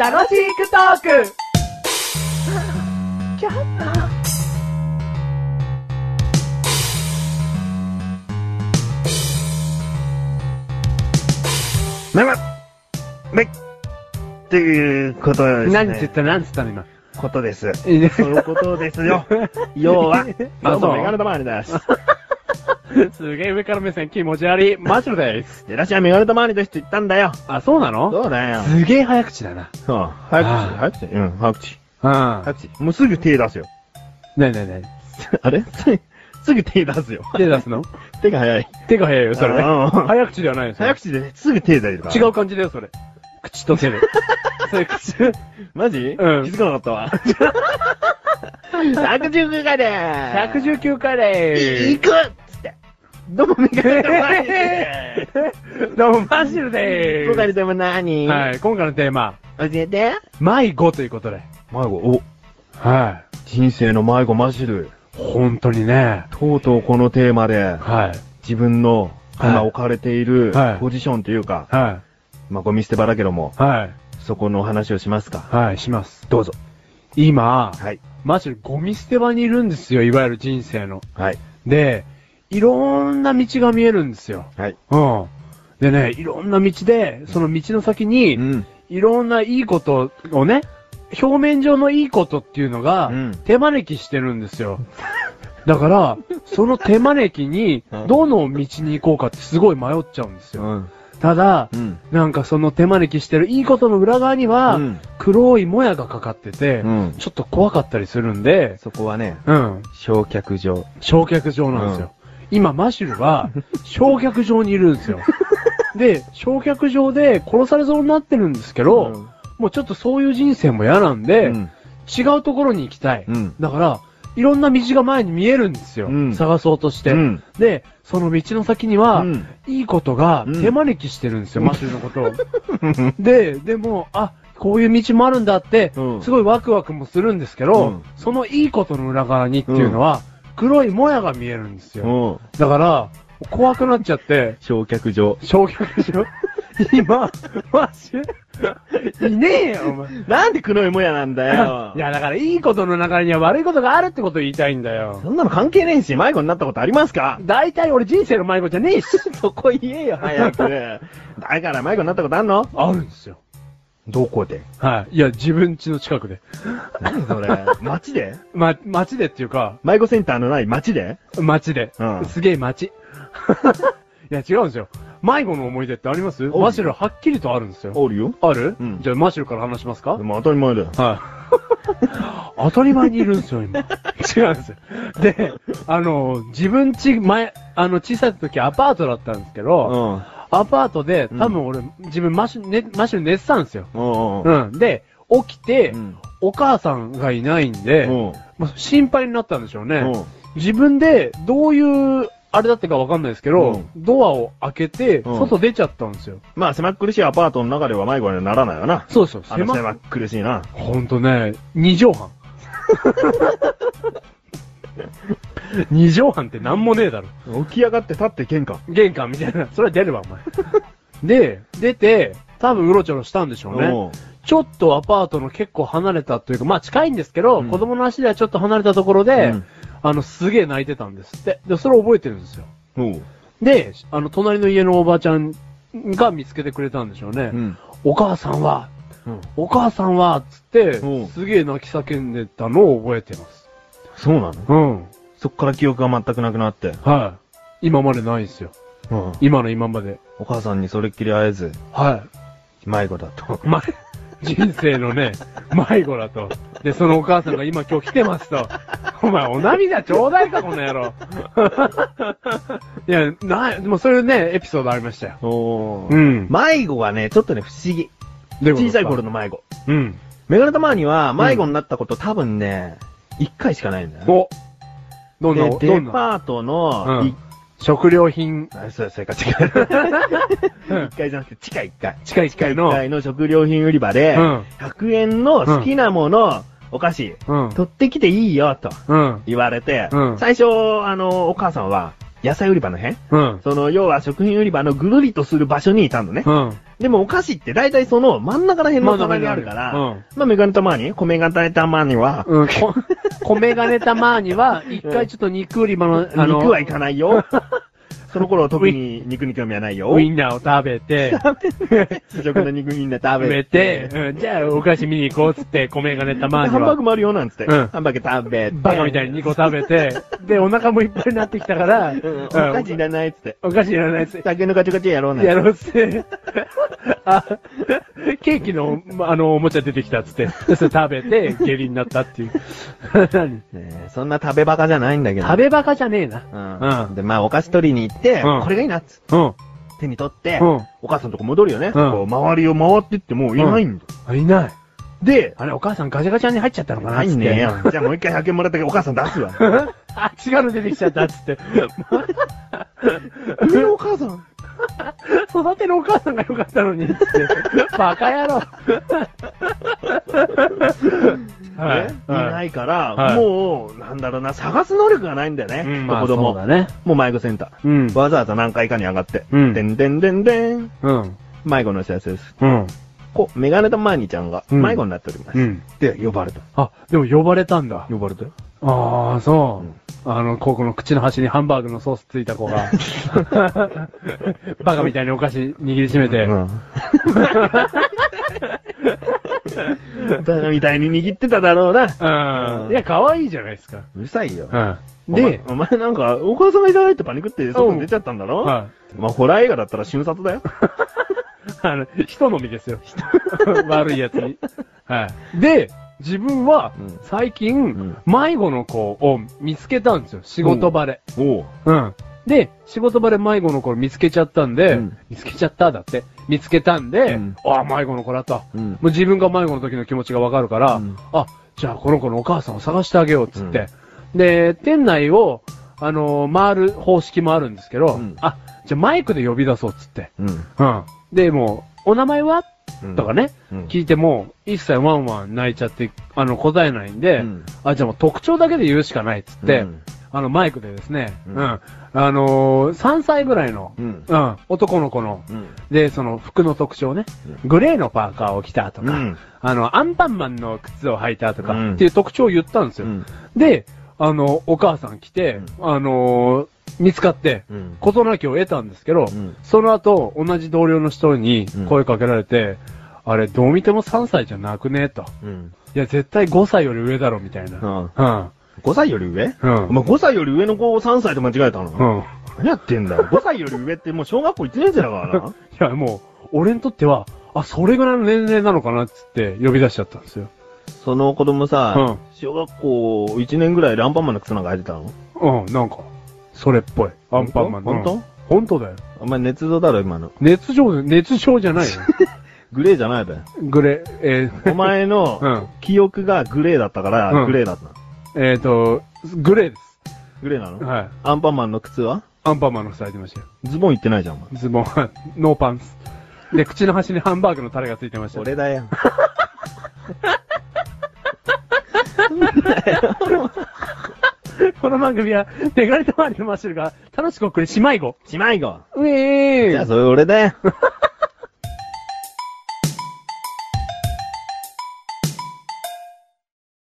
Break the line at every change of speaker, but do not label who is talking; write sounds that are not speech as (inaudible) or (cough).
楽しくトーク
生めっていうことですね。
何つった何つったの今。
ことです。
いや
そういうことですよ。 (laughs) 要は。
あ
どう
そう
もメガネ玉ありです。
すげえ上から目線気持ち悪い。マジです。
出だしはメガネ玉ありですって言ったんだよ。
あ、そうなの
そうだよ。
すげえ早口だな。
そう。早口、早口。うん、早口。
うん
早。口。もうすぐ手出すよ。
ねえねえね
(laughs) あれす (laughs) すぐ手出すよ。
え。手出すの
手が早い。
手が早いよ、それね。
うん
早口ではないよ、それ
早口でね、すぐ手出るから。
違う感じだよ、それ。口と (laughs) 手で。それ口。
マジ
うん
気づかなかった (laughs) わ。119回でーす
119回で
行くっつって。どうもメガネ玉ありです。
ー (laughs) す。どうも、マジルで
今回
ー
のテーマ何
す。はい、今回のテーマ、
教えて。
迷子ということで。
迷子、お、
は
人生の迷子マジル。
い。本当にね。
とうとうこのテーマで、
はい。
自分の
はい
今置かれている
はい
ポジションというか、
は
まあゴミ捨て場だけども
い。、はい。
そこのお話をしますか。
はい、します。どうぞ。今、
はい。
マジでゴミ捨て場にいるんですよ、いわゆる人生の。
はい。
で、いろんな道が見えるんですよ。
はい。
うん。でね、いろんな道で、その道の先に、
ん。
いろんないいことをね、表面上のいいことっていうのが
うん、
手招きしてるんですよ。だから、その手招きに
うん、
どの道に行こうかってすごい迷っちゃうんです
う
よ。
ん。
ただ、
ん。
なんかその手招きしてるいいことの裏側には
うん、
黒いもやがかかってて
う、ん。
ちょっと怖かったりするんで、
そこはね、
うん、
焼却場。
焼却場なんですよ。今、マシュ
(laughs)
ルは、焼却場にいるんですよ。で、焼却場で殺されそうになってるんですけど、
うん
もうちょっとそういう人生も嫌なんで、
うん
違うところに行きたい。
うん
だから、いろんな道が前に見えるんですよ。
うん
探そうとして、
うん
で、その道の先には、
うん
いいことが
うん
手招きしてるんですよ、マシュルのことを。
(laughs)
で、でも、あ、こういう道もあるんだって、
うん
すごいワクワクもするんですけど、
うん
そのいいことの裏側にっていうのは、黒いもやが見えるんですよ。
うん。
だから、怖くなっちゃって、
焼却場。
焼却
(laughs)
しろ。今、マシュル、いねえよ、お前。
なんで黒いもやなんだ (laughs) よ。
いや、だから、いいことの中には悪いことがあるってことを言いたいんだよ。
そんなの関係ねえし、迷子になったことありますか
大体俺人生の迷子じゃ
(laughs)
ねえし。そこ言えよ
早く。だから迷子になったことあんの
あるんですよ。
どこで
はい。いや、自分家の近くで。
何それ (laughs) 街で
ま、街でっていうか、
迷子センターのない街で
街で。
うん
すげ
(laughs)
え街。いや、違うんですよ。迷子の思い出ってあります
おう
マシュルはっきりとあるんですよ。
るよ。
ある、
うん
じゃあ、マシュルから話しますか
でも当たり前だよ。 (laughs)
はい。当たり前にいるんですよ、今。違うんですよ。で、あの、自分ち、前、あの、小さい時アパートだったんですけど、
うん。
アパートで、
うん
多分俺、自分マシュ、ね、マシュル寝てたんですよ。
うんうん
うん。で、起きて、
うん
お母さんがいないんで、
うん
まあ、心配になったんでしょうね。
うん
自分で、どういう、あれだったかわかんないですけど、
うん
ドアを開けて、
うん
外出ちゃったんですよ。
まあ、狭っ苦しいアパートの中では迷子にはならないよな。
そうですよ、
あの
狭
狭
い。
っ苦しいな。
ほんとね、二畳
(laughs)
半。二畳半ってなんもねえだろ。
起き上がって立って喧嘩。
玄関みたいな。それは出れば、お前。で、出て、多分うろちょろしたんでしょうね。
うん
ちょっとアパートの結構離れたというか、まあ近いんですけ
う
ど、
ん
子供の足ではちょっと離れたところで、
うん
あの、すげえ泣いてたんですって。で、それを覚えてるんですよ。
うん。
で、あの、隣の家のおばちゃんが見つけてくれたんでしょうね。
うん。
お母さんは、
うん
お母さんは、つって
うん、
すげえ泣き叫んでたのを覚えてます。
そうなの
うん。
そっから記憶が全くなくなって。
はい。今までないんですよ。
うん。
今の今まで。
お母さんにそれっきり会えず、
はい。
迷子だと。
ま、 (laughs) 人生のね、迷子だと。で、そのお母さんが今今日来てますと。お前、お涙ちょうだいか、この野郎。 (laughs) いや、ない、でもそういうね、エピソードありましたよ。
お
う
ー。
ん。
迷子はね、ちょっとね、不思議。
どううこと
小
です
さい
か
頃の迷子。
うん。
メガネ玉には迷子になったこと多分ね、一回しかないんだよね。
おどんな、
で
ど
デ
んな、
パートの、
うん
い
食料品、
あそうそうか違う。
ん
一回じゃなくて、地下一回。
近い近いの
一、回の食料品売り場で、
うん
100円の好きなもの、お菓子、
うん。
取ってきていいよ、と
うん。
言われて、
うん
最初、あの、お母さんは、野菜売り場の辺
うん。
その、要は食品売り場のぐるりとする場所にいたのね。
うん。
でもお菓子って大体その真ん中ら辺の棚にあるから、まあメガネたまに、米がたれたまには、
うん。うん、こ (laughs) 米がねたまには、一回ちょっと肉売り場の、あの、
肉はいかないよ。その頃特に肉に興味はないよ。
ウインナーを食べて、
試食の肉みんな食
食べ
べ
て
て、、
うんじゃあお菓子見に行こうっつって、米がねたまに
ハンバー
は
グ、もあるよなんつって、
うん
ハンバーグ食べて、
バカみたいに2個食べて、で、お腹もいっぱいになってきたから、
うん、
うん
お菓子いらないっつって、
お菓子いらないっつって
酒のガチャガチャやろうなんつっ
や
て
ろうっつって。あ、ケーキの、まあの、おもちゃ出てきたっつって。でそれ食べて、下痢になったっていう。 (laughs) 何
ねえそんな食べバカじゃないんだけど。
食べバカじゃねえな。
うん。
うん
で、まあ、お菓子取りに行って、
うん
これがいいなっつって、
うん。
手に取って、
うん
お母さんとこ戻るよね。
うん
こう周りを回ってってもういないんだ。
あ、いない。
で、
あれ、お母さんガチャガチャに入っちゃったのかな
な
っつ
い
って。
ねえよ。じゃあもう一回100円もらったけどお母さん出すわ。
(laughs) あ、違うの出てきちゃったっつ (laughs) って。
うめえお母さん。
育てのお母さんが良かったのにっつって。バカ (laughs) 野郎。
ね、いないから、
はい
もう、なんだろうな、探す能力がないんだよね。
うん、まあ、
子供、
そうだね。
もう迷子センター。
うん。
わざわざ何回かに上がって、
うん
でんでんでんでん、
うん。
迷子の幸せです。
うん。
こう、メガネとマーニーちゃんが
うん
迷子になっております。
うん。
で、呼ばれた。
あ、でも呼ばれたんだ。
呼ばれたよ。
ああ、そう
うん。
あの、ここの口の端にハンバーグのソースついた子が、 (laughs) バカみたいにお菓子握りしめ
(laughs)
て、
うん。バカみたいに握ってただろうな。
うん。いや、可愛いじゃないですか。
うるさいよ。
うん。
で
で、、
お前なんか、お母さんがいらないってパニックって外に出ちゃったんだろ
は
まあ、ホラー映画だったら瞬殺だよ。
い。あの、人のみですよ。 (laughs) 悪いやつに。はい。で、自分は
うん、
最近
ん、
迷子の子を見つけたんですよ。仕事場で。
おう。
うん。で、仕事場で迷子の子を見つけちゃったんで、
うん
見つけちゃっただって、見つけたんで、
うん
ああ、迷子の子だった。
うん
もう自分が迷子の時の気持ちがわかるから、
うん
あ、じゃあこの子のお母さんを探してあげようっつって。で、店内を、あのー回る方式もあるんですけど、
うん
あ、じゃあマイクで呼び出そうっつって。
うん。
うん。で、もう、お名前はとか
ね。
ね、
うん
聞いても、一切ワンワン泣いちゃって、あの、答えないんで、
うん
あ、じゃあもう特徴だけで言うしかないっつって、
うん
あの、マイクでですね、う、
うんん
あのー、3歳ぐらいの、
うん
うん、男の子の、
うん。
で、その服の特徴ね、グレーのパーカーを着たとか、
うん
あの、アンパンマンの靴を履いたとか、
うん
っていう特徴を言ったんですよ。で、あの、お母さん来て、あのー見つかって、
うん。
事なきを得たんですけど、
うん
その後、同じ同僚の人に
うん
声かけられて、あれ、どう見ても3歳じゃなくねと。
うん。
いや、絶対5歳より上だろ、みたいな。うん。
5歳より上
うん
お前5歳より上の子を3歳と間違えたの、
(laughs) うん。い
何やってんだよ。5歳より上ってもう小学校1年生だからな。
や、もう、俺にとっては、あ、それぐらいの年齢なのかなっつって呼び出しちゃったんですよ。
その子供さ、
うん
小学校1年ぐらいでアンパンマンの靴なんか履いてたの
うん、なんか、それっぽい。アンパンマンの。
本当
うん本当だよ。
お前熱造だろ、今の。
熱情、熱情じゃ (laughs) ないよ。
グレーじゃないべ。
グレ、えー
お前の、
うん
記憶がグレーだったから、
うん
グレーだったの。
えっ、と、グレーです。
グレーなの、
はい。
アンパンマンの靴は
アンパンマンの人履いてましたよ。
ズボンいってないじゃん、お前。
ズボンは、ノーパンツ。で、口の端にハンバーグのタレがついてました。
俺だ (laughs) よ。
この番組は、手がれたまわりのマッシュルが、楽しく送る姉妹語。
姉妹子
うえ
じゃあ、
ー
それ俺だよ。